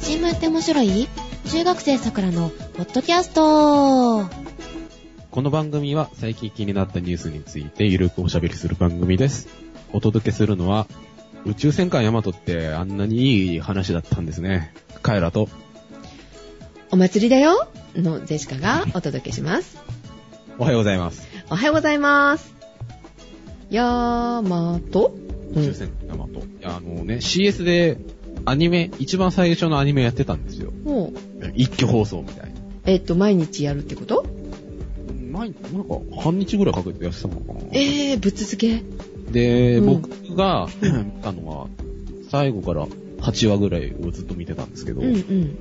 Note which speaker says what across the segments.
Speaker 1: チームって面白い中学生さくらのポッドキャスト
Speaker 2: この番組は最近気になったニュースについてゆるくおしゃべりする番組です。お届けするのは、宇宙戦艦ヤマトってあんなにいい話だったんですね。カエラと、
Speaker 3: お祭りだよのジェシカがお届けします。
Speaker 2: おはようございます。
Speaker 3: おはようございます。やーまと、う
Speaker 2: 宇宙
Speaker 3: ん、
Speaker 2: 戦艦ヤマト。いや、あのね、CS でアニメ、一番最初のアニメやってたんですよ。
Speaker 3: もう、
Speaker 2: 一挙放送みたいな。
Speaker 3: えっ、と、毎日やるってこと
Speaker 2: 前、なんか半日ぐらいかけてやってたのかな。
Speaker 3: えー、ぶっ続け。
Speaker 2: で、
Speaker 3: うん
Speaker 2: 僕が、あのは、最後から8話ぐらいをずっと見てたんですけど、
Speaker 3: うんうん。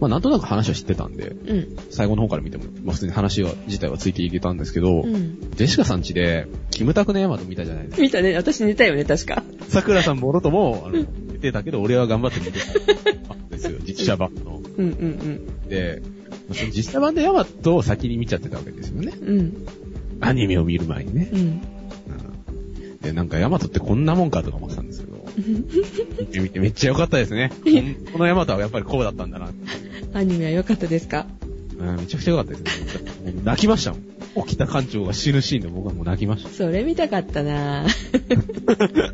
Speaker 2: まあなんとなく話は知ってたんで、
Speaker 3: うん。
Speaker 2: 最後の方から見ても、まあ普通に話は、自体はついていけたんですけど、
Speaker 3: うん。
Speaker 2: ジェシカさん家で、キムタクのヤマト見たじゃないです
Speaker 3: 見たね。私寝たよね、確か。
Speaker 2: か。桜さんもろとも、あの、見てたけど、俺は頑張って見てた。ん ですよ、実写版の。
Speaker 3: うんうん
Speaker 2: で、その実写版のヤマトを先に見ちゃってたわけですよね。
Speaker 3: うん。うん。
Speaker 2: アニメを見る前にね。
Speaker 3: うん。
Speaker 2: うんで、なんかヤマトってこんなもんかとか思ってたんで すけど、見てみてめっちゃ良かったですね。このヤマトはやっぱりこうだったんだな。
Speaker 3: アニメは良かったですか
Speaker 2: うん、めちゃくちゃ良かったですね。泣きましたもん。沖田館長が死ぬシーンで僕はもう泣きました。
Speaker 3: それ見たかった なぁ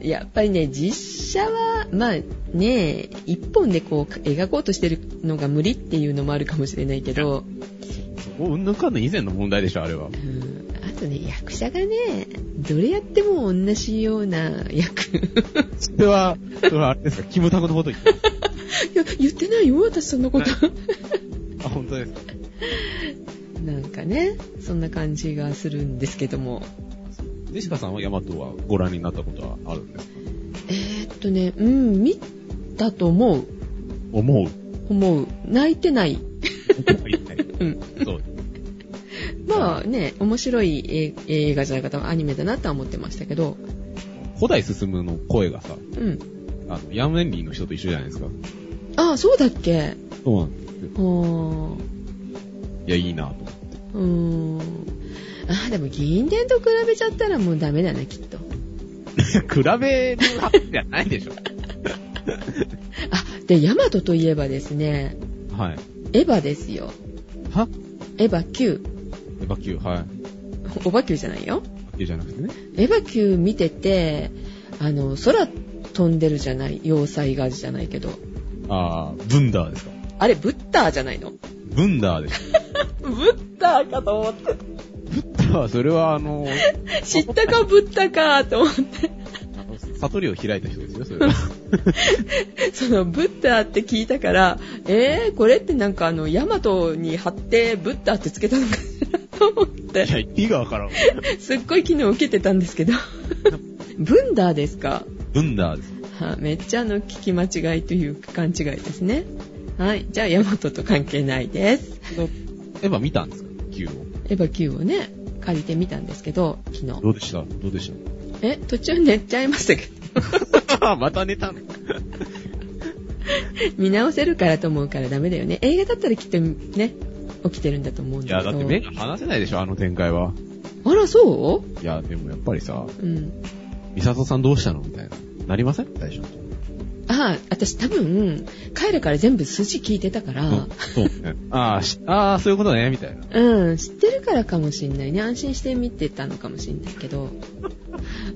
Speaker 3: やっぱりね、実写は、まあね、一本でこう描こうとしてるのが無理っていうのもあるかもしれないけど、
Speaker 2: そこ、うんぬんかんぬん以前の問題でしょ、あれは。
Speaker 3: うんあとね、役者がね、どれやっても同じような役。 い
Speaker 2: それは、それはあれですか、キムタクのこと言ってます
Speaker 3: や、言ってないよ、私そんなこと。
Speaker 2: あ、本当ですか。
Speaker 3: なんかね、そんな感じがするんですけども。
Speaker 2: ジェシカさんはヤマトはご覧になったことはあるんですか
Speaker 3: えーっとね、うん、見たと思う。
Speaker 2: 思う。
Speaker 3: 思う。泣いてない。
Speaker 2: うん。そう。
Speaker 3: まあね、面白いえ映画じゃないかとアニメだなとは思ってましたけど、
Speaker 2: 古代進むの声がさ、
Speaker 3: うん。
Speaker 2: あの、ヤンエンリーの人と一緒じゃないですか。
Speaker 3: ああ、そうだっけ
Speaker 2: そうなんですよ
Speaker 3: うーん。う
Speaker 2: いや、いいなと思っ
Speaker 3: ー
Speaker 2: て。
Speaker 3: ん。ああ、でも銀伝と比べちゃったらもうダメだね、きっと。
Speaker 2: 比べるわけじゃないでしょ。
Speaker 3: あ、で、ヤマトといえばですね、
Speaker 2: はい。
Speaker 3: エヴァですよ。
Speaker 2: は
Speaker 3: エヴァ Q。
Speaker 2: エヴァ級、はい。
Speaker 3: おば Q じゃないよ。
Speaker 2: 級じゃなくてね。
Speaker 3: エヴァ Q 見てて、あの、空飛んでるじゃない、要塞がじゃないけど。
Speaker 2: あー、ブンダーですか。
Speaker 3: あれ、ブッダーじゃないのブ
Speaker 2: ブンダーでしょ。
Speaker 3: ッダーかと思って。
Speaker 2: ブッダーは、それはあの、
Speaker 3: 知ったかブッダかと思って。
Speaker 2: あの悟りを開いた人ですよ、それ は。
Speaker 3: そのブッダーって聞いたから、えー、これってなんかあの、ヤマトに貼ってブッダーってつけたのかしらと思っ
Speaker 2: いや、
Speaker 3: て、
Speaker 2: 意味がわからん。
Speaker 3: すっごい機能受けてたんです けど。ブンダーですか
Speaker 2: ブンダーです。
Speaker 3: はめっちゃあの、聞き間違いというか勘違いですね。はい。じゃあ、ヤマトと関係ないです。
Speaker 2: エヴァ見たんですか ?Q を。
Speaker 3: エヴァ Q をね、借りてみたんですけど、昨日。
Speaker 2: どうでしたどうでし
Speaker 3: え、途中寝ちゃいましたけど、
Speaker 2: た また寝たの
Speaker 3: 見直せるからと思うからダメだよね。映画だったらきっとね、起きてるんだと思うん
Speaker 2: い
Speaker 3: だ
Speaker 2: や、
Speaker 3: け
Speaker 2: だ
Speaker 3: ど。
Speaker 2: って目が離せないでしょ、あの展開は。
Speaker 3: あら、そう
Speaker 2: いや、でもやっぱりさ、
Speaker 3: うん。
Speaker 2: ミサトさんどうしたのみたいな。なりません最初。
Speaker 3: ああ、私多分、帰るから全部数字聞いてたから、
Speaker 2: うんそうね。 あーしあー、そういうことね、みたいな。
Speaker 3: うん、知ってるからかもしんないね。安心して見てたのかもしんないけど、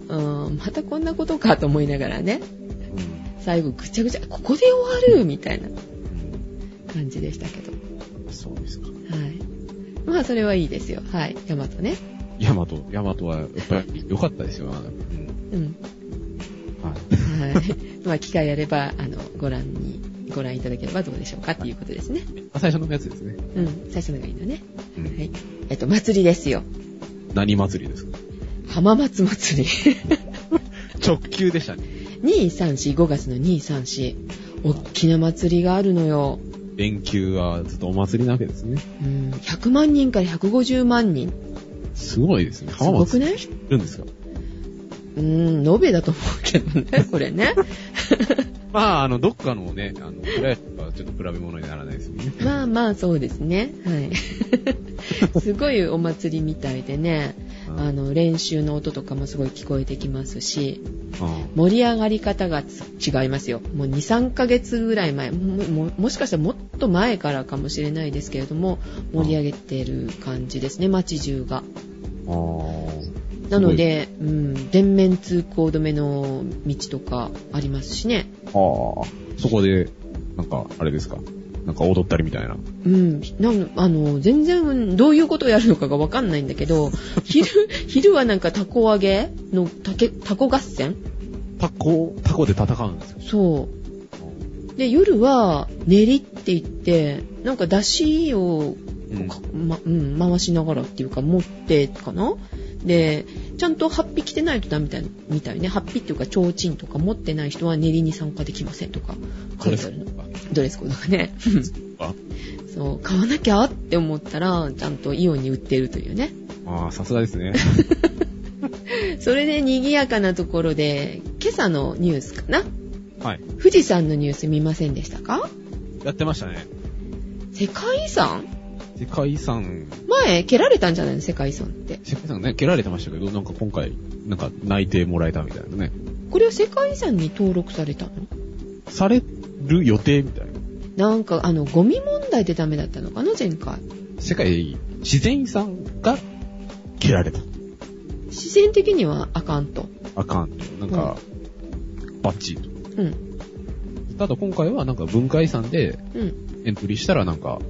Speaker 3: うん、またこんなことかと思いながらね、
Speaker 2: う。
Speaker 3: 最後ぐちゃぐちゃ、ここで終わるみたいなん感じでしたけど、
Speaker 2: うん、そうですか。
Speaker 3: はい。まあ、それはいいですよ。はい。ヤマトね。
Speaker 2: ヤマト、ヤマトはやっぱり良かったですよ。うん。
Speaker 3: うん。
Speaker 2: はい。
Speaker 3: はい。ま あ、機会あれば、あの、ご覧に、ご覧いただければどうでしょうかっていうことですね。
Speaker 2: あ最初のやつですね。
Speaker 3: うん。最初のがいいのね。
Speaker 2: う
Speaker 3: は
Speaker 2: ん。
Speaker 3: い。えっと、祭りですよ。
Speaker 2: 何祭りですか
Speaker 3: 浜松祭り。
Speaker 2: 直球でしたね。
Speaker 3: 2345月の234大きな祭りがあるのよ、
Speaker 2: 連休はずっとお祭りなわけですね。
Speaker 3: うん、100万人から150万人
Speaker 2: すごいですね。
Speaker 3: すごく
Speaker 2: ね
Speaker 3: ない
Speaker 2: いるんですか
Speaker 3: うん延べだと思うけどねこれね
Speaker 2: まあ、あの、どっかのね、あの、プライスはちょっと比べ物にならないですよね。
Speaker 3: まあまあそうですね。はい。 すごいお祭りみたいでね、あの、練習の音とかもすごい聞こえてきますし、
Speaker 2: うん
Speaker 3: 盛り上がり方がつ違いますよ。もう2、3ヶ月ぐらい前、もももしかしたらもっと前からかもしれないですけれども、盛り上げてる感じですね、街中が。
Speaker 2: あー
Speaker 3: なので、うん、全面通行止めの道とかありますしね。
Speaker 2: あー。そこで、なんか、あれですか。なんか踊ったりみたいな。
Speaker 3: うん、なんあの全然どういうことをやるのかがわかんないんだけど昼 昼はなんかタコ揚げのタケタコ合戦
Speaker 2: タコ、タコで戦うんですよ。
Speaker 3: そうで夜は練りって言ってなんか出汁を
Speaker 2: うん
Speaker 3: か、まうん、回しながらっていうか持ってかなでちゃんとハッピ着てないとダメみたいなみたいねハッピっていうか提灯とか持ってない人は練りに参加できませんとか書いてあるのドレスコードがね
Speaker 2: あ
Speaker 3: そう買わなきゃって思ったらちゃんとイオンに売ってるというね
Speaker 2: ああ、さすがですね。
Speaker 3: それで賑やかなところで今朝のニュースかな
Speaker 2: はい。
Speaker 3: 富士山のニュース見ませんでしたか
Speaker 2: やってましたね。
Speaker 3: 世界遺産
Speaker 2: 世界遺産、
Speaker 3: 前蹴られたんじゃないの世界遺産って
Speaker 2: 世界遺産ね、蹴られてましたけど、なんか今回、なんか内定もらえたみたいなね。
Speaker 3: これは世界遺産に登録されたの
Speaker 2: される予定みたいな。
Speaker 3: なんかあのゴミ問題でダメだったのかな前回
Speaker 2: 世界自然遺産が蹴られた。
Speaker 3: 自然的にはあかんと
Speaker 2: あかんと。なんか、バッチリと。
Speaker 3: うん
Speaker 2: ただ今回はなんか文化遺産で
Speaker 3: うん
Speaker 2: エントリーしたらなんか、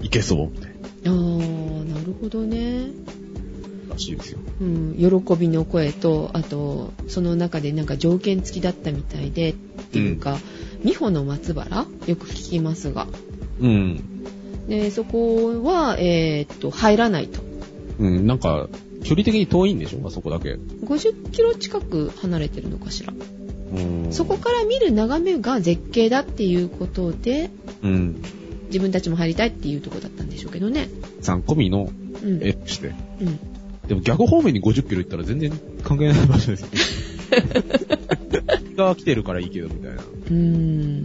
Speaker 2: いけそうみたい
Speaker 3: あーなるほどね
Speaker 2: ならしいですよ。
Speaker 3: うん、喜びの声とあとその中でなんか条件付きだったみたいでっていうか、美穂の松原よく聞きますが
Speaker 2: うん。
Speaker 3: でそこは、えーっと入らないと
Speaker 2: うん、なんか、距離的に遠いんでしょうか、そこだけ。
Speaker 3: 50キロ近く離れてるのかしら
Speaker 2: うん
Speaker 3: そこから見る眺めが絶景だっていうことで
Speaker 2: うん。
Speaker 3: 自分たちも入りたいっていうとこだったんでしょうけどね
Speaker 2: 3込みの
Speaker 3: うん
Speaker 2: 絵して。
Speaker 3: うん
Speaker 2: でも逆方面に50キロ行ったら全然関係ない場所です よ。海が来てるからいいけど、みたい
Speaker 3: う
Speaker 2: な。
Speaker 3: ー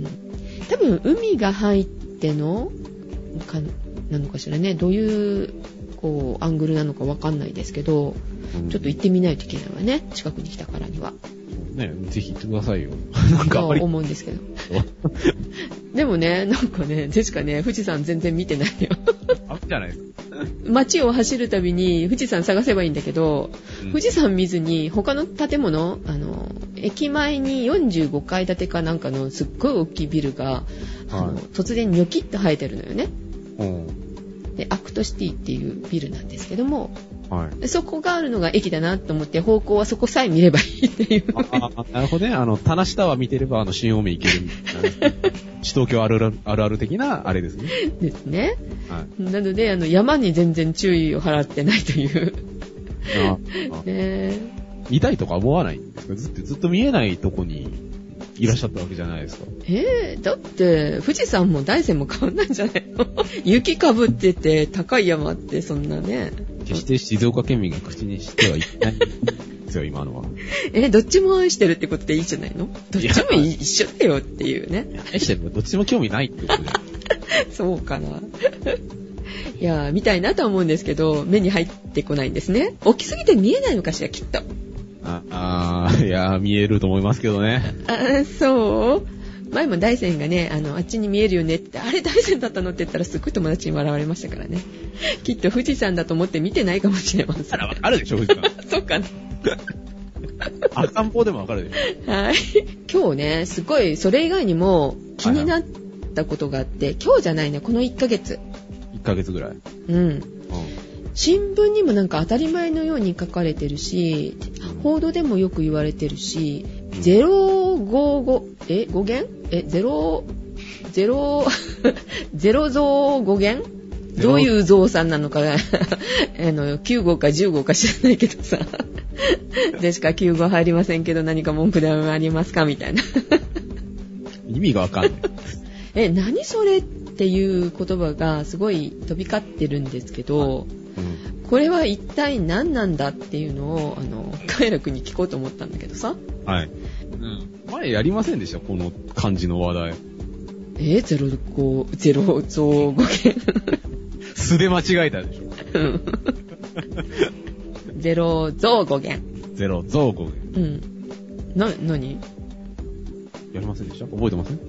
Speaker 3: ん多分海が入ってのかなのかしらねどういうこうアングルなのかわかんないですけどちょっと行ってみないといけないわね近くに来たからには
Speaker 2: ね、ぜひ行ってくださ いよ。な
Speaker 3: と
Speaker 2: んかあんまり、
Speaker 3: 思うんですけど でもねなんかねジェシカね富士山全然見てないよ
Speaker 2: あるじゃないですか。
Speaker 3: 街を走るたびに富士山探せばいいんだけど富士山見ずに他の建物あの駅前に45階建てかなんかのすっごい大きいビルが、あの
Speaker 2: はい
Speaker 3: 突然ニョキッと生えてるのよね
Speaker 2: うん。
Speaker 3: でアクトシティっていうビルなんですけども
Speaker 2: はい。
Speaker 3: そこがあるのが駅だなと思って方向はそこさえ見ればいいっていう
Speaker 2: ああなるほどね。あの、棚下は見てれば、あの、新青梅行けるみたいな。地東京あるあるあるある的な、あれですね。
Speaker 3: ですね
Speaker 2: はい。
Speaker 3: なのであの山に全然注意を払ってないという
Speaker 2: ああ
Speaker 3: ね
Speaker 2: 見たいとか思わないんですかずっと、ずっと見えないとこにいらっしゃったわけじゃないですか。
Speaker 3: えー、だって富士山も大山も変わんないんじゃないの雪かぶってて高い山ってそんなね
Speaker 2: 決して静岡県民が口にしてはいけないんですよ、今のは。
Speaker 3: えどっちも愛してるってことでいいじゃないのどっちもい一緒だよっていうね
Speaker 2: 愛してるどっちも興味ないってことで。
Speaker 3: そうかな。いやー、見たいなとは思うんですけど、目に入ってこないんですね。大きすぎて見えないのかしら、きっと。
Speaker 2: ああー、いやー、見えると思いますけどね。
Speaker 3: あー、そう前も大山がね、あの、あっちに見えるよねって、あれ大山だったのって言ったらすっごい友達に笑われましたからね。きっと富士山だと思って見てないかもしれませ
Speaker 2: あ
Speaker 3: ん。
Speaker 2: ら、わかるでしょ、富士山。
Speaker 3: そうかな。
Speaker 2: 赤ん坊でもわかるでし
Speaker 3: はい。今日ね、すごい、それ以外にも気になったことがあって、今日じゃないね、この1ヶ月。
Speaker 2: ょ。1ヶ月ぐらい。うん。
Speaker 3: うん。新聞にもなんか当たり前のように書かれてるし報道でもよく言われてるし
Speaker 2: うん
Speaker 3: 055え語源え0ゼロ ゼロ増語源
Speaker 2: ゼロ
Speaker 3: どういう増産なのか あの9号か10号か知らないけどさでしか9号入りませんけど何か文句でもありますかみたいな
Speaker 2: 意味がわかんない。
Speaker 3: え何それっていう言葉がすごい飛び交ってるんですけど、
Speaker 2: うん。
Speaker 3: これは一体何なんだっていうのをあの快楽に聞こうと思ったんだけどさ
Speaker 2: はい。うん。前やりませんでしたこの漢字の話題。
Speaker 3: えー、ゼロ五、ゼロ増五件。
Speaker 2: 素で間違えたでしょ。
Speaker 3: ゼロ増五件。
Speaker 2: ゼロ増5で。
Speaker 3: うん。な、なに
Speaker 2: やりませんでした覚えてません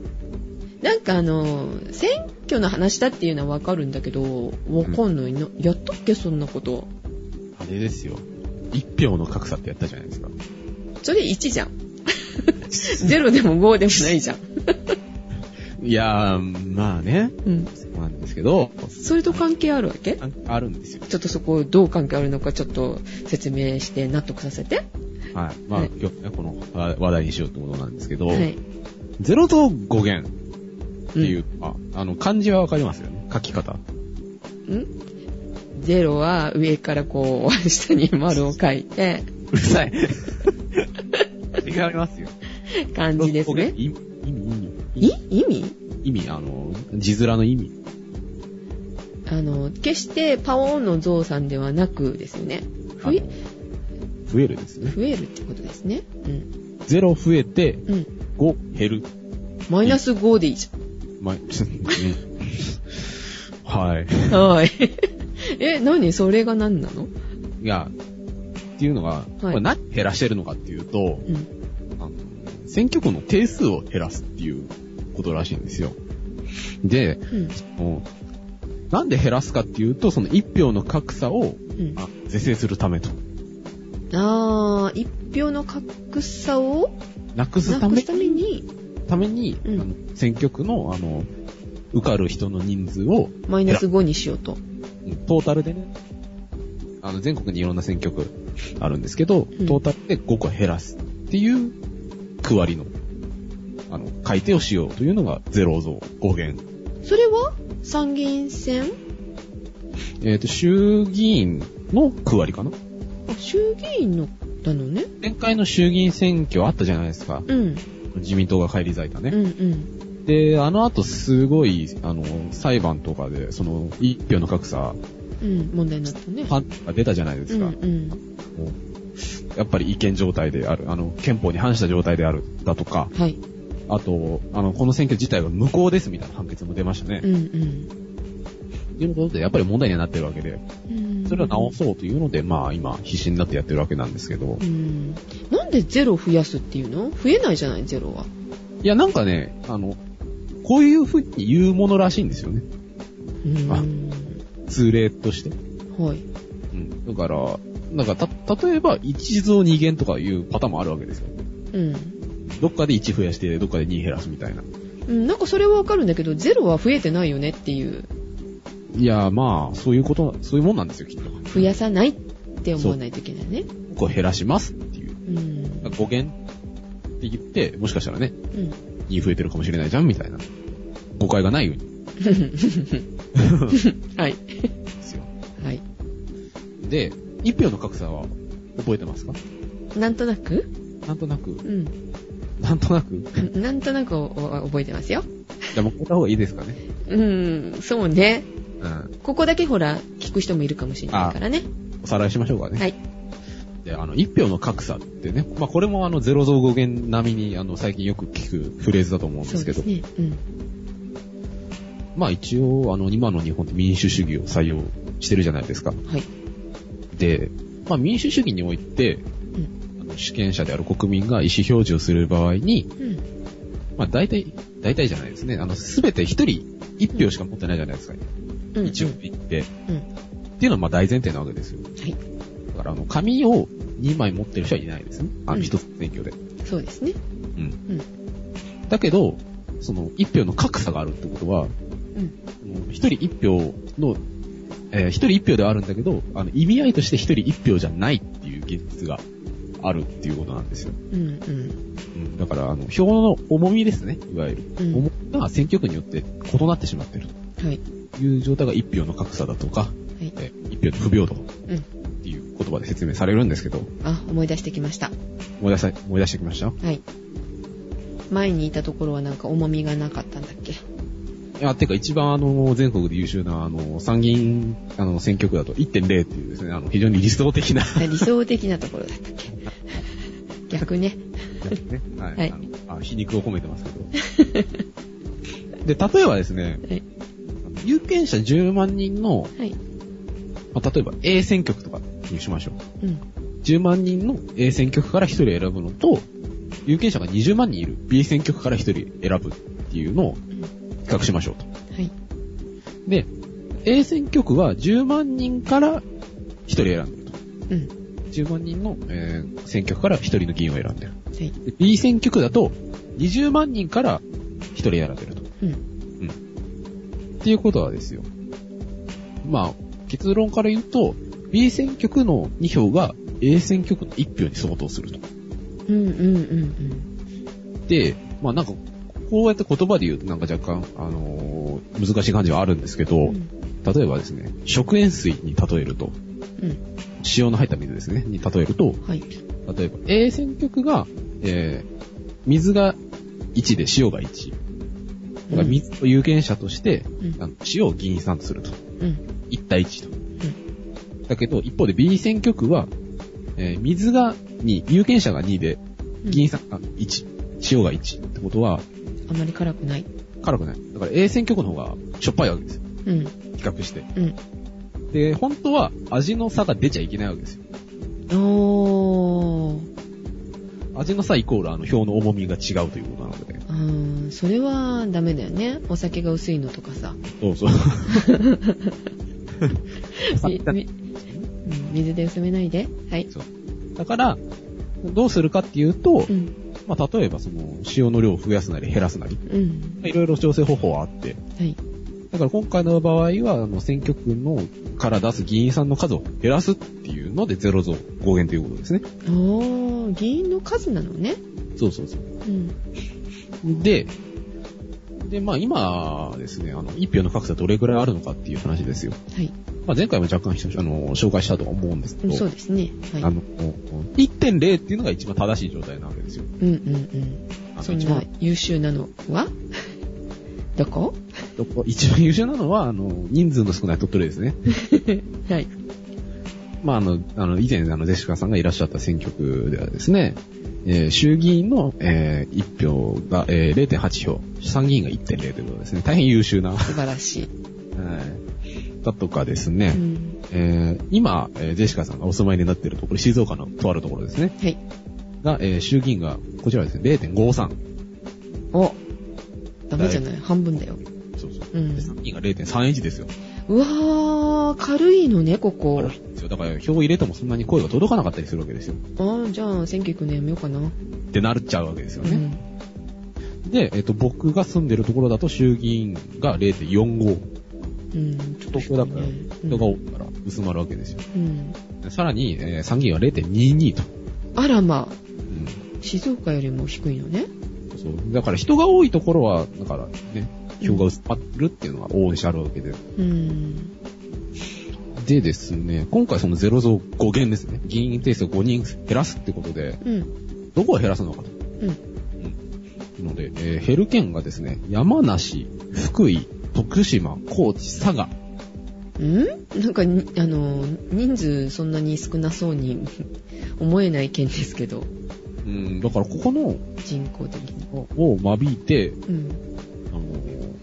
Speaker 3: なんかあの、選挙の話だっていうのはわかるんだけど、わかんないな。やったっけそんなこと。
Speaker 2: あれですよ。一票の格差ってやったじゃないですか。
Speaker 3: それ1じゃん。0でも5でもないじゃん。
Speaker 2: いやー、まあね。
Speaker 3: うん。
Speaker 2: そうなんですけど、
Speaker 3: それと関係あるわけ
Speaker 2: ああるんですよ。
Speaker 3: ちょっとそこどう関係あるのかちょっと説明して納得させて。
Speaker 2: はい。まあ、
Speaker 3: はい
Speaker 2: 今日ね、このあ話題にしようってことなんですけど、
Speaker 3: はい。
Speaker 2: ゼロと語源っていうう、ああの、漢字はわかりますよね。書き方。
Speaker 3: ん。ゼロは上からこう、 下に丸を書いて、
Speaker 2: うる さい。違いますよ。
Speaker 3: 漢字ですね。
Speaker 2: 意味、意味、
Speaker 3: い
Speaker 2: 意味、
Speaker 3: 意味
Speaker 2: 意味、あの、字面の意味。
Speaker 3: あの、決してパオーンのゾウさんではなくですよね。
Speaker 2: あ
Speaker 3: 増
Speaker 2: の
Speaker 3: え、
Speaker 2: 増えるですね。
Speaker 3: 増えるってことですね。うん。
Speaker 2: ゼロ増えて、
Speaker 3: うん。
Speaker 2: 5減る。
Speaker 3: マイナス5でいいじ
Speaker 2: まあ、 はい。
Speaker 3: ゃん。はい。 え、何それが何なの
Speaker 2: いや、っていうのが、これ何減らしてるのかっていうと、
Speaker 3: うん。
Speaker 2: あの選挙区の定数を減らすっていうことらしいんですよ。で、
Speaker 3: うん。
Speaker 2: もうなんで減らすかっていうと、その一票の格差を
Speaker 3: うん。
Speaker 2: あ是正するためと。
Speaker 3: あー、一票の格差を
Speaker 2: なくす
Speaker 3: な
Speaker 2: た
Speaker 3: く
Speaker 2: め
Speaker 3: すために、
Speaker 2: ために、
Speaker 3: うん
Speaker 2: あの選挙区の、あの、受かる人の人数を、
Speaker 3: マイナス5にしようと。
Speaker 2: トータルでね、あの、全国にいろんな選挙区あるんですけど、
Speaker 3: うん
Speaker 2: トータルで5個減らすっていう区割りの、あの、改定をしようというのがゼロ増5減。
Speaker 3: それは参議院選
Speaker 2: えっ、と、衆議院の区割りかな
Speaker 3: あ衆議院のだのね。
Speaker 2: 前回の衆議院選挙あったじゃないですか。
Speaker 3: うん。
Speaker 2: 自民党が返り咲いた
Speaker 3: う
Speaker 2: ね。
Speaker 3: んうん。
Speaker 2: で、あの後すごい、あの、裁判とかで、その、一票の格差、
Speaker 3: うん。問題になったね。
Speaker 2: 判が出たじゃないで
Speaker 3: う
Speaker 2: す
Speaker 3: ん
Speaker 2: か。
Speaker 3: うん。
Speaker 2: もうやっぱり違憲状態である、あの、憲法に反した状態である、だとか、
Speaker 3: はい。
Speaker 2: あと、あの、この選挙自体は無効ですみたいな判決も出ましたね
Speaker 3: う。んうん
Speaker 2: ということで、やっぱり問題にはなってるわけで、
Speaker 3: うん。
Speaker 2: それは直そうというので、まあ今、必死になってやってるわけなんですけど
Speaker 3: う、ん。なんでゼロ増やすっていうの増えないじゃない、ゼロは。
Speaker 2: いや、なんかね、あの、こういうふうに言うものらしいんですよね。
Speaker 3: うん。は
Speaker 2: 通例として。
Speaker 3: い。
Speaker 2: うん。だから、なんか、た、例えば、1増2減とかいうパターンもあるわけですよ。
Speaker 3: うん。
Speaker 2: どっかで1増やして、どっかで2減らすみたいな。
Speaker 3: うん、なんかそれはわかるんだけど、ゼロは増えてないよねっていう、
Speaker 2: いや、まあ、そういうこと、そういうもんなんですよ、きっと。
Speaker 3: 増やさないって思わないといけないね。
Speaker 2: こう減らしますっていう。
Speaker 3: うん。うん。
Speaker 2: 5減って言って、もしかしたらね、2増えてるかもしれないじゃんみたいな。誤解がないように。
Speaker 3: はい。
Speaker 2: ですよ。
Speaker 3: はい。
Speaker 2: で、1票の格差は覚えてますか
Speaker 3: なんとなく
Speaker 2: なんとなく、
Speaker 3: うん。
Speaker 2: なんとなく。
Speaker 3: なんとなくおお覚えてますよ。
Speaker 2: じゃあもうこた方がいいですかね。
Speaker 3: うん、そうね。
Speaker 2: うん。
Speaker 3: ここだけほら、聞く人もいるかもしれないからね。
Speaker 2: おさらいしましょうかね。
Speaker 3: はい。
Speaker 2: で、あの、1票の格差ってね、まあこれもあの、ゼロ増5減並みに、あの、最近よく聞くフレーズだと思うんで
Speaker 3: そう
Speaker 2: すけ
Speaker 3: で
Speaker 2: ど、
Speaker 3: すね。うん。
Speaker 2: まあ一応、あの、今の日本って民主主義を採用してるじゃないですか。
Speaker 3: はい。
Speaker 2: で、まあ、民主主義において、
Speaker 3: うん。
Speaker 2: あの主権者である国民が意思表示をする場合に、
Speaker 3: うん。
Speaker 2: まあ、大体、大体じゃないですね。あの、すべて一人一票しか持ってないじゃないですか。
Speaker 3: うん。
Speaker 2: 一応言って。っ
Speaker 3: うん。
Speaker 2: ていうのはまあ大前提なわけですよ。
Speaker 3: はい。
Speaker 2: だから、あの、紙を2枚持ってる人はいないですね。あ
Speaker 3: う
Speaker 2: の、
Speaker 3: ん
Speaker 2: 一つの選挙で。
Speaker 3: そうですね。
Speaker 2: うん。
Speaker 3: うん。
Speaker 2: だけど、その、一票の格差があるってことは、
Speaker 3: うん。
Speaker 2: もう一人一票の、えー一人一票ではあるんだけど、あの、意味合いとして一人一票じゃないっていう現実があるっていうことなんですよ。
Speaker 3: うん。うん。
Speaker 2: うん、だから、あの、票の重みですね、いわゆる。
Speaker 3: うん
Speaker 2: 重みが選挙区によって異なってしまっている
Speaker 3: はい。
Speaker 2: という状態が一票の格差だとか、
Speaker 3: はい。
Speaker 2: え一票の不平等っ
Speaker 3: うん。
Speaker 2: ていう言葉で説明されるんですけど、
Speaker 3: あ、思い出してきました。
Speaker 2: 思い出した、思い出してきましたい
Speaker 3: はい。前にいたところはなんか重みがなかったんだっ け
Speaker 2: や、てか一番あの、全国で優秀な、あの、参議院、あの、選挙区だと1.0って いうですね、あの、非常に理想的な
Speaker 3: 理想的なところだったっけ逆ね。
Speaker 2: ね。はい。
Speaker 3: はい
Speaker 2: あのあ皮肉を込めてますけど。で、例えばですね、
Speaker 3: はい
Speaker 2: 有権者10万人の、
Speaker 3: はい。
Speaker 2: まあ、例えば A 選挙区とかにしましょう。
Speaker 3: うん。
Speaker 2: 10万人の A 選挙区から1人選ぶのと、有権者が20万人いる B 選挙区から1人選ぶっていうのを比較しましょうと。
Speaker 3: はい。
Speaker 2: で、A 選挙区は10万人から1人選んでると。
Speaker 3: うん。
Speaker 2: 10万人の、えー選挙区から1人の議員を選んでる。
Speaker 3: はい。
Speaker 2: で B 選挙区だと20万人から1人選べると。
Speaker 3: うん。
Speaker 2: っていうことはですよ。まあ、結論から言うと、B 選挙区の2票が A 選挙区の1票に相当すると。
Speaker 3: うんうんうん
Speaker 2: で、まあなんか、こうやって言葉で言うとなんか若干、あのー難しい感じはあるんですけ
Speaker 3: うん。
Speaker 2: ど、
Speaker 3: うん
Speaker 2: 例えばですね、食塩水に例えると、
Speaker 3: うん。
Speaker 2: 塩の入った水ですね、に例えると、
Speaker 3: はい。
Speaker 2: 例えば A 選挙区が、えー、水が1で塩が1。だから
Speaker 3: うん
Speaker 2: 水を有権者として、
Speaker 3: うん
Speaker 2: あの塩を議員さんとすると。
Speaker 3: うん。
Speaker 2: 1対1と。だけど、一方で B 選挙区は、えー水が2、有権者が2で、議員さんが1、塩が1ってことは、
Speaker 3: あまり辛くない。
Speaker 2: 辛くない。だから A 選挙区の方がしょっぱいわけですよ。
Speaker 3: うん。
Speaker 2: 比較して。
Speaker 3: うん。
Speaker 2: で、本当は味の差が出ちゃいけないわけですよ。
Speaker 3: おー。
Speaker 2: 味の差イコールあの票の重みが違うということなので。
Speaker 3: あーそれはダメだよね。お酒が薄いのとか さ。
Speaker 2: そうそう。
Speaker 3: みみうん水で薄めないで。はい。
Speaker 2: だから、どうするかっていうと
Speaker 3: う、ん。
Speaker 2: まあ、例えばその、塩の量を増やすなり減らすなり、
Speaker 3: うん。
Speaker 2: いろいろ調整方法はあって、
Speaker 3: はい。
Speaker 2: だから今回の場合は、あの、選挙区の、から出す議員さんの数を減らすっていうので、ゼロ増、5減ということですね。
Speaker 3: おー、議員の数なのね。
Speaker 2: そうそうそう。
Speaker 3: うん。
Speaker 2: で、で、まあ今ですね、あの、一票の格差どれくらいあるのかっていう話ですよ。
Speaker 3: はい。
Speaker 2: まあ前回も若干、あの、紹介したとは思うんですけ
Speaker 3: うん
Speaker 2: ど、
Speaker 3: そうですね。はい。
Speaker 2: あの、1.0っていうのが一番正しい状態なわけですよ。
Speaker 3: うんうんうん。
Speaker 2: あの
Speaker 3: そん
Speaker 2: 一
Speaker 3: な
Speaker 2: 番
Speaker 3: 優秀なの はどこ
Speaker 2: どこ一番優秀なのは、あの、人数の少ない鳥取ですね。
Speaker 3: はい。
Speaker 2: まああの、あの、以前、あの、ゼシカさんがいらっしゃった選挙区ではですね、えー衆議院の、えー1票が、えー0.8票、参議院が1.0ということですね。大変優秀な、は
Speaker 3: 素晴らしい。
Speaker 2: いだとかですね、
Speaker 3: うん。
Speaker 2: えー今、えージェシカさんがお住まいになっているところ、静岡のとあるところですね。
Speaker 3: はい。
Speaker 2: が、えー衆議院が、こちらはですね、0.53。
Speaker 3: おダメじゃない半分だよ。
Speaker 2: そうそう。
Speaker 3: うん
Speaker 2: で参議院が0.31ですよ。
Speaker 3: うわー、軽いのね、ここ。
Speaker 2: 悪いですよだから、票を入れてもそんなに声が届かなかったりするわけですよ。
Speaker 3: あー、じゃあ、選挙行くのやめようかな。
Speaker 2: ってなっちゃうわけですよ
Speaker 3: う
Speaker 2: ね。
Speaker 3: ん。
Speaker 2: で、えっ、と、僕が住んでるところだと衆議院が0.45。
Speaker 3: うん。ちょっと低
Speaker 2: 東京
Speaker 3: い
Speaker 2: だ
Speaker 3: ね
Speaker 2: から、
Speaker 3: う
Speaker 2: 人
Speaker 3: ん
Speaker 2: が多いから薄まるわけですよ。
Speaker 3: うん。
Speaker 2: でさらに、えー参議院は0.22と。
Speaker 3: あらまあ、
Speaker 2: うん
Speaker 3: 静岡よりも低いのね。
Speaker 2: そう。だから人が多いところは、だからね、票が薄まるっていうのが往々にしてあるわけで。
Speaker 3: うん。
Speaker 2: でですね、今回そのゼロ増5減ですね。議員定数を5人減らすってことで、
Speaker 3: うん。
Speaker 2: どこを減らすのかと。
Speaker 3: うん。
Speaker 2: ので、えー減る県がですね、山梨、福井、徳島、高知、佐賀。
Speaker 3: うんなんかに、あの、人数そんなに少なそうに 思えない県ですけど、
Speaker 2: うん、だからここの、
Speaker 3: 人口的に。
Speaker 2: を間引いて、
Speaker 3: うん。
Speaker 2: あのーね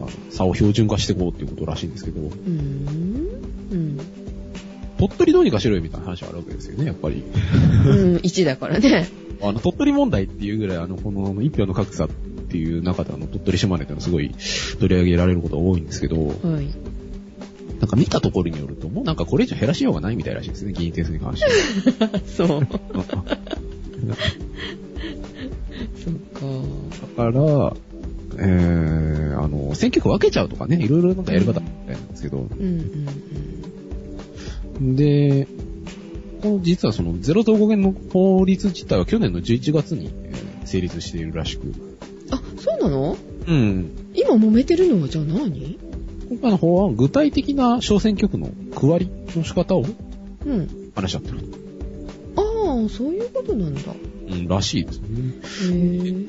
Speaker 2: あの差を標準化していこうっていうことらしいんですけど、
Speaker 3: うん。
Speaker 2: 鳥取どうにかしろよみたいな話はあるわけですよね、やっぱり。
Speaker 3: うん。うん、1だからね。
Speaker 2: あの、鳥取問題っていうぐらい、あの、この一票の格差っていう中で、あの、鳥取島根っていうのはすごい取り上げられることが多いんですけど、
Speaker 3: はい。
Speaker 2: なんか見たところによると、もうなんかこれ以上減らしようがないみたいらしいですね、議員定数に関して。
Speaker 3: そう。
Speaker 2: だか
Speaker 3: そっか。
Speaker 2: ら、えー、あの、選挙区分けちゃうとかね、いろいろなんかやり方みたいなんですけど、
Speaker 3: うんうん
Speaker 2: で、この実はそのゼロ増5減の法律自体は去年の11月に、えー成立しているらしく、
Speaker 3: うん。あ、そうなの
Speaker 2: うん。
Speaker 3: 今揉めてるのはじゃあ何
Speaker 2: 今回の法案は具体的な小選挙区の区割りの仕方を
Speaker 3: うん。
Speaker 2: 話し合ってる。
Speaker 3: ああ、そういうことなんだ。
Speaker 2: うん、らしいですね。
Speaker 3: へえ。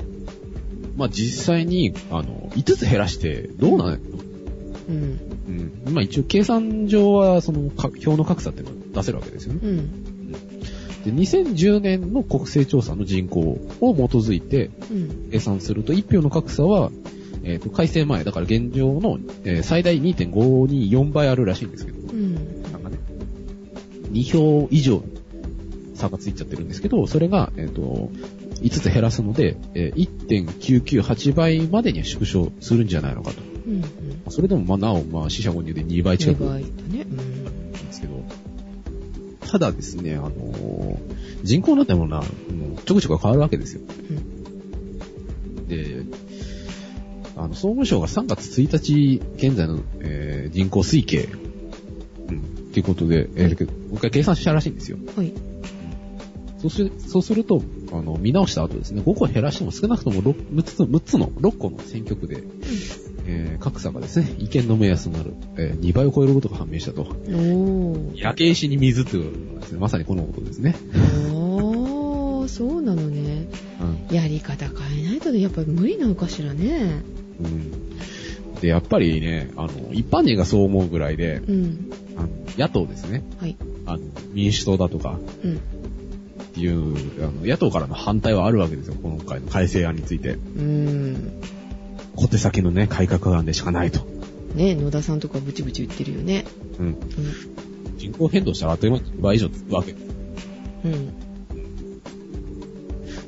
Speaker 2: まあ実際に、あの、5つ減らしてどうなの
Speaker 3: うん。
Speaker 2: うん。まあ一応計算上は、その、か票の格差っていうのは出せるわけですよね。
Speaker 3: うん。
Speaker 2: でで、2010年の国勢調査の人口を基づいて
Speaker 3: うん。
Speaker 2: 計算すると、1票の格差は、えっ、と、改正前、だから現状の、えー最大2.524倍あるらしいんですけど、
Speaker 3: うん。
Speaker 2: なんかね、2票以上差がついちゃってるんですけど、それが、えっ、と、5つ減らすので、えー1.998倍までには縮小するんじゃないのかと。
Speaker 3: うん。
Speaker 2: それでも、まあ、なお、まあ、死者購入で2倍近
Speaker 3: 違
Speaker 2: く
Speaker 3: いだね。うん。
Speaker 2: なんですけど、ただですね、あのー人口なんてものは、もうちょくちょく変わるわけですよ。で、あの、総務省が3月1日現在の、えー人口推計、うん、っていうことで、えーけどもう一回計算したらしいんですよ。
Speaker 3: はい。
Speaker 2: そうする、そうすると、あの、見直した後ですね、5個減らしても少なくとも6 6つの、6つの、6個の選挙区で、えー格差がですね、意見の目安となる、え2倍を超えることが判明したと。
Speaker 3: おー。
Speaker 2: 焼け石に水というのはですね、まさにこのことですね。
Speaker 3: ああ、そうなのね。やり方変えないとやっぱり無理なのかしらね。
Speaker 2: うん。で、やっぱりね、あの、一般人がそう思うぐらいで、
Speaker 3: うん。
Speaker 2: あの野党ですね、
Speaker 3: はい。
Speaker 2: あの、民主党だとか
Speaker 3: うん。
Speaker 2: っていう、あの、野党からの反対はあるわけですよ、今回の改正案について。
Speaker 3: うん。
Speaker 2: 小手先のね、改革案でしかないと。
Speaker 3: ね野田さんとかブチブチ言ってるよね。
Speaker 2: うん。人口変動したらあっという間に10倍以上つくわけです。
Speaker 3: うん。うん。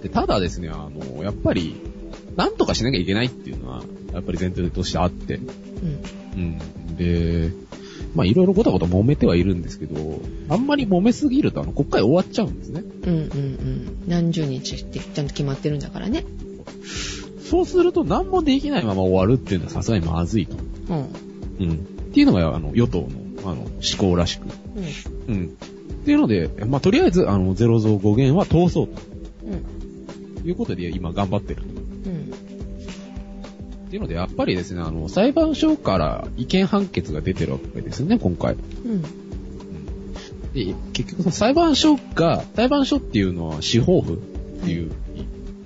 Speaker 2: で、ただですね、あの、やっぱり、なんとかしなきゃいけないっていうのは、やっぱり前提としてあって、
Speaker 3: うん。
Speaker 2: うん。で、まあいろいろごたごた揉めてはいるんですけど、あんまり揉めすぎるとあの国会終わっちゃうんですね。
Speaker 3: うんうんうん。何十日ってちゃんと決まってるんだからね。
Speaker 2: そうすると何もできないまま終わるっていうのはさすがにまずいと。
Speaker 3: うん。うん。
Speaker 2: うん。っていうのがあの与党のあの思考らしく。うん。っていうので、まあとりあえずあのゼロ増5減は通そうと
Speaker 3: うん。
Speaker 2: いうことで今頑張ってる。
Speaker 3: うん。
Speaker 2: っていうのでやっぱりですね、あの裁判所から意見判決が出てるわけですよね、今回。
Speaker 3: うん。
Speaker 2: で、結局その裁判所が、裁判所っていうのは司法府っていう、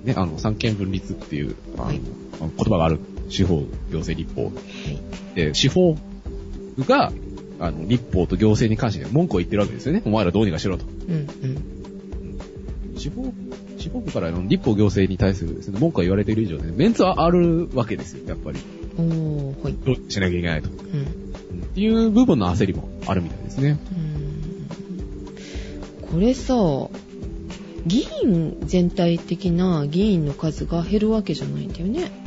Speaker 2: ね、あの、三権分立っていう、あの、
Speaker 3: はい
Speaker 2: 言葉がある、司法、行政、立法。
Speaker 3: はい。
Speaker 2: で、司法府が、あの、立法と行政に関して文句を言ってるわけですよね。お前らどうにかしろと。
Speaker 3: うんうん。
Speaker 2: 司法、司法府からの立法行政に対するですね、文句が言われている以上ね、メンツはあるわけですよ、やっぱり。
Speaker 3: おー、はい。
Speaker 2: どうしなきゃいけないと。
Speaker 3: う
Speaker 2: っ
Speaker 3: ん。
Speaker 2: ていう部分の焦りもあるみたいですね。
Speaker 3: うん。これさ、議員全体的な議員の数が減るわけじゃないんだよね。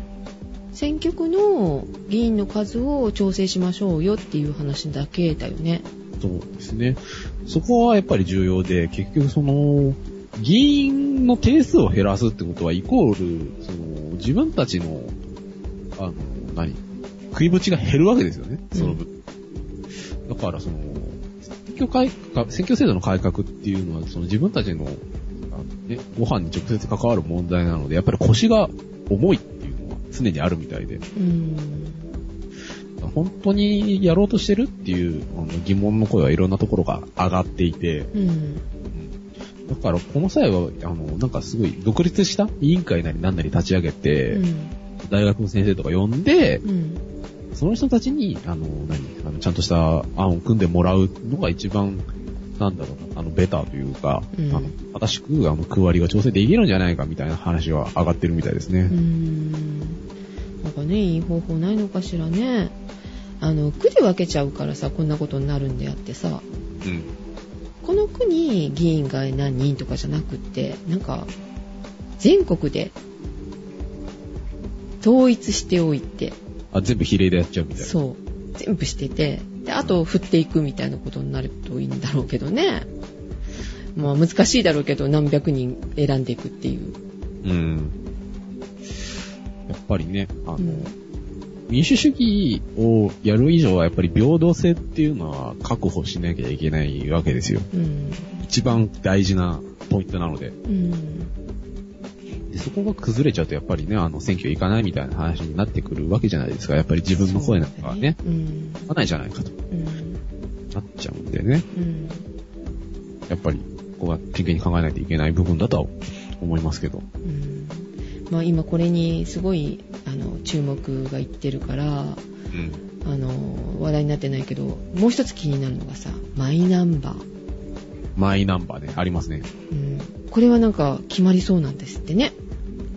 Speaker 3: 選挙区の議員の数を調整しましょうよっていう話だけだよね。
Speaker 2: そうですね。そこはやっぱり重要で、結局その、議員の定数を減らすってことは、イコール、その、自分たちの、あの、何食いぶちが減るわけですよね、その分。だから、その、選挙改革、選挙制度の改革っていうのは、その自分たちの、あのね、ご飯に直接関わる問題なので、やっぱり腰が重いっていうのは常にあるみたいで。
Speaker 3: うん。
Speaker 2: 本当にやろうとしてるっていうあの疑問の声はいろんなところが上がっていて、
Speaker 3: うん。
Speaker 2: だからこの際は、あの、なんかすごい独立した委員会なり何なり立ち上げて、
Speaker 3: うん。
Speaker 2: 大学の先生とか呼んで、
Speaker 3: うん。
Speaker 2: その人たちに、あの、何、あのちゃんとした案を組んでもらうのが一番、なんだろうな、あの、ベターというか、
Speaker 3: うん
Speaker 2: あの、正しく、あの、区割りが調整できるんじゃないかみたいな話は上がってるみたいですね。
Speaker 3: うーんなんかねいい方法ないのかしらねあの区で分けちゃうからさこんなことになるんであってさ
Speaker 2: うん
Speaker 3: この区に議員が何人とかじゃなくってなんか全国で統一しておいて
Speaker 2: あ、全部比例でやっちゃうみたいな。
Speaker 3: そう全部しててであと振っていくみたいなことになるといいんだろうけどねまあ難しいだろうけど何百人選んでいくっていう、
Speaker 2: うん。やっぱりね、あの、
Speaker 3: うん
Speaker 2: 民主主義をやる以上はやっぱり平等性っていうのは確保しなきゃいけないわけですよ。
Speaker 3: うん
Speaker 2: 一番大事なポイントなので。
Speaker 3: うん
Speaker 2: でそこが崩れちゃうとやっぱりね、あの、選挙行かないみたいな話になってくるわけじゃないですか。やっぱり自分の声なんかはね、
Speaker 3: うん
Speaker 2: 合わないじゃないかと
Speaker 3: うん
Speaker 2: なっちゃうんでね。
Speaker 3: うん
Speaker 2: やっぱり、ここは真剣に考えないといけない部分だとは思いますけど。
Speaker 3: うんまあ、今これにすごいあの注目がいってるから
Speaker 2: うん。
Speaker 3: あの話題になってないけどもう一つ気になるのがさマイナンバー
Speaker 2: マイナンバーね、ありますね。
Speaker 3: うん、これはなんか決まりそうなんですってね。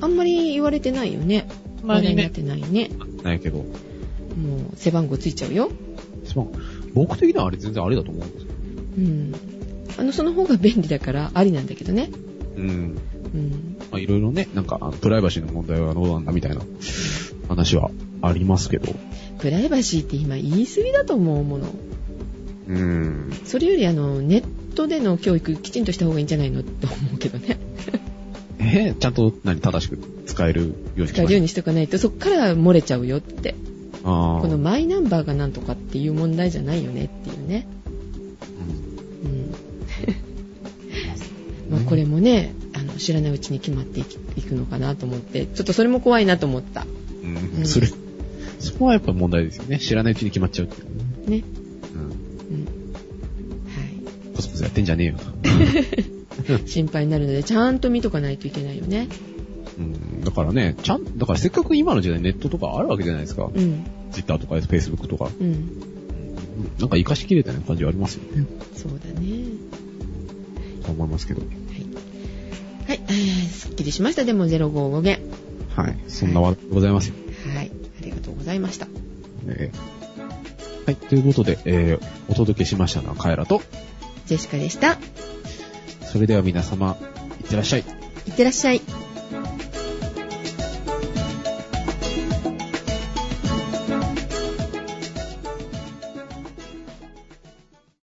Speaker 3: あんまり言われてないよね。
Speaker 2: まあ
Speaker 3: 話
Speaker 2: ね
Speaker 3: 題になってないね。
Speaker 2: ないけど。
Speaker 3: もう背番号ついちゃうよ。
Speaker 2: まあ僕的にはあれ全然あれだと思うんですよ。
Speaker 3: うん。あの、その方が便利だからありなんだけどね。
Speaker 2: うん。
Speaker 3: うん。
Speaker 2: まあいろいろね、なんか、あのプライバシーの問題はどうなんだみたいな話はありますけど。
Speaker 3: プライバシーって今言い過ぎだと思うもの。
Speaker 2: うん。
Speaker 3: それよりあの、ネットでの教育きちんとした方がいいんじゃないのと思うけど ね。
Speaker 2: えーちゃんと何、正しく使えるようにし
Speaker 3: 使えるよう
Speaker 2: う
Speaker 3: にしとかないとそっから漏れちゃうよって。
Speaker 2: ああ。
Speaker 3: このマイナンバーがなんとかっていう問題じゃないよねっていうね。
Speaker 2: うん
Speaker 3: うん。 まあこれもね、あの知らないうちに決まっていきいくのかなと思って、ちょっとそれも怖いなと思った。
Speaker 2: うん
Speaker 3: うん
Speaker 2: それ、そこはやっぱ問題ですよね。知らないうちに決まっちゃうっていうね。
Speaker 3: ね。
Speaker 2: うん。
Speaker 3: うん。は
Speaker 2: コスコスやってんじゃねえよ。
Speaker 3: い。心配になるので、ちゃんと見とかないといけないよね。
Speaker 2: うん。だからね、ちゃん、だからせっかく今の時代ネットとかあるわけじゃないですか。
Speaker 3: うん。
Speaker 2: Twitter とか Facebook とか。
Speaker 3: うん。
Speaker 2: うんなんか活かしきれたような感じはありますよね。
Speaker 3: そうだね。
Speaker 2: と思いますけど。
Speaker 3: はい。はい。えーすっきりしました。でも055元。
Speaker 2: はい。そんなわけでございますよ。
Speaker 3: はい。ありがとうございました。
Speaker 2: えーはい。ということで、えーお届けしましたのはカエラと、
Speaker 3: ジェシカでした。
Speaker 2: それでは皆様、いってらっしゃい。
Speaker 3: いってらっしゃい。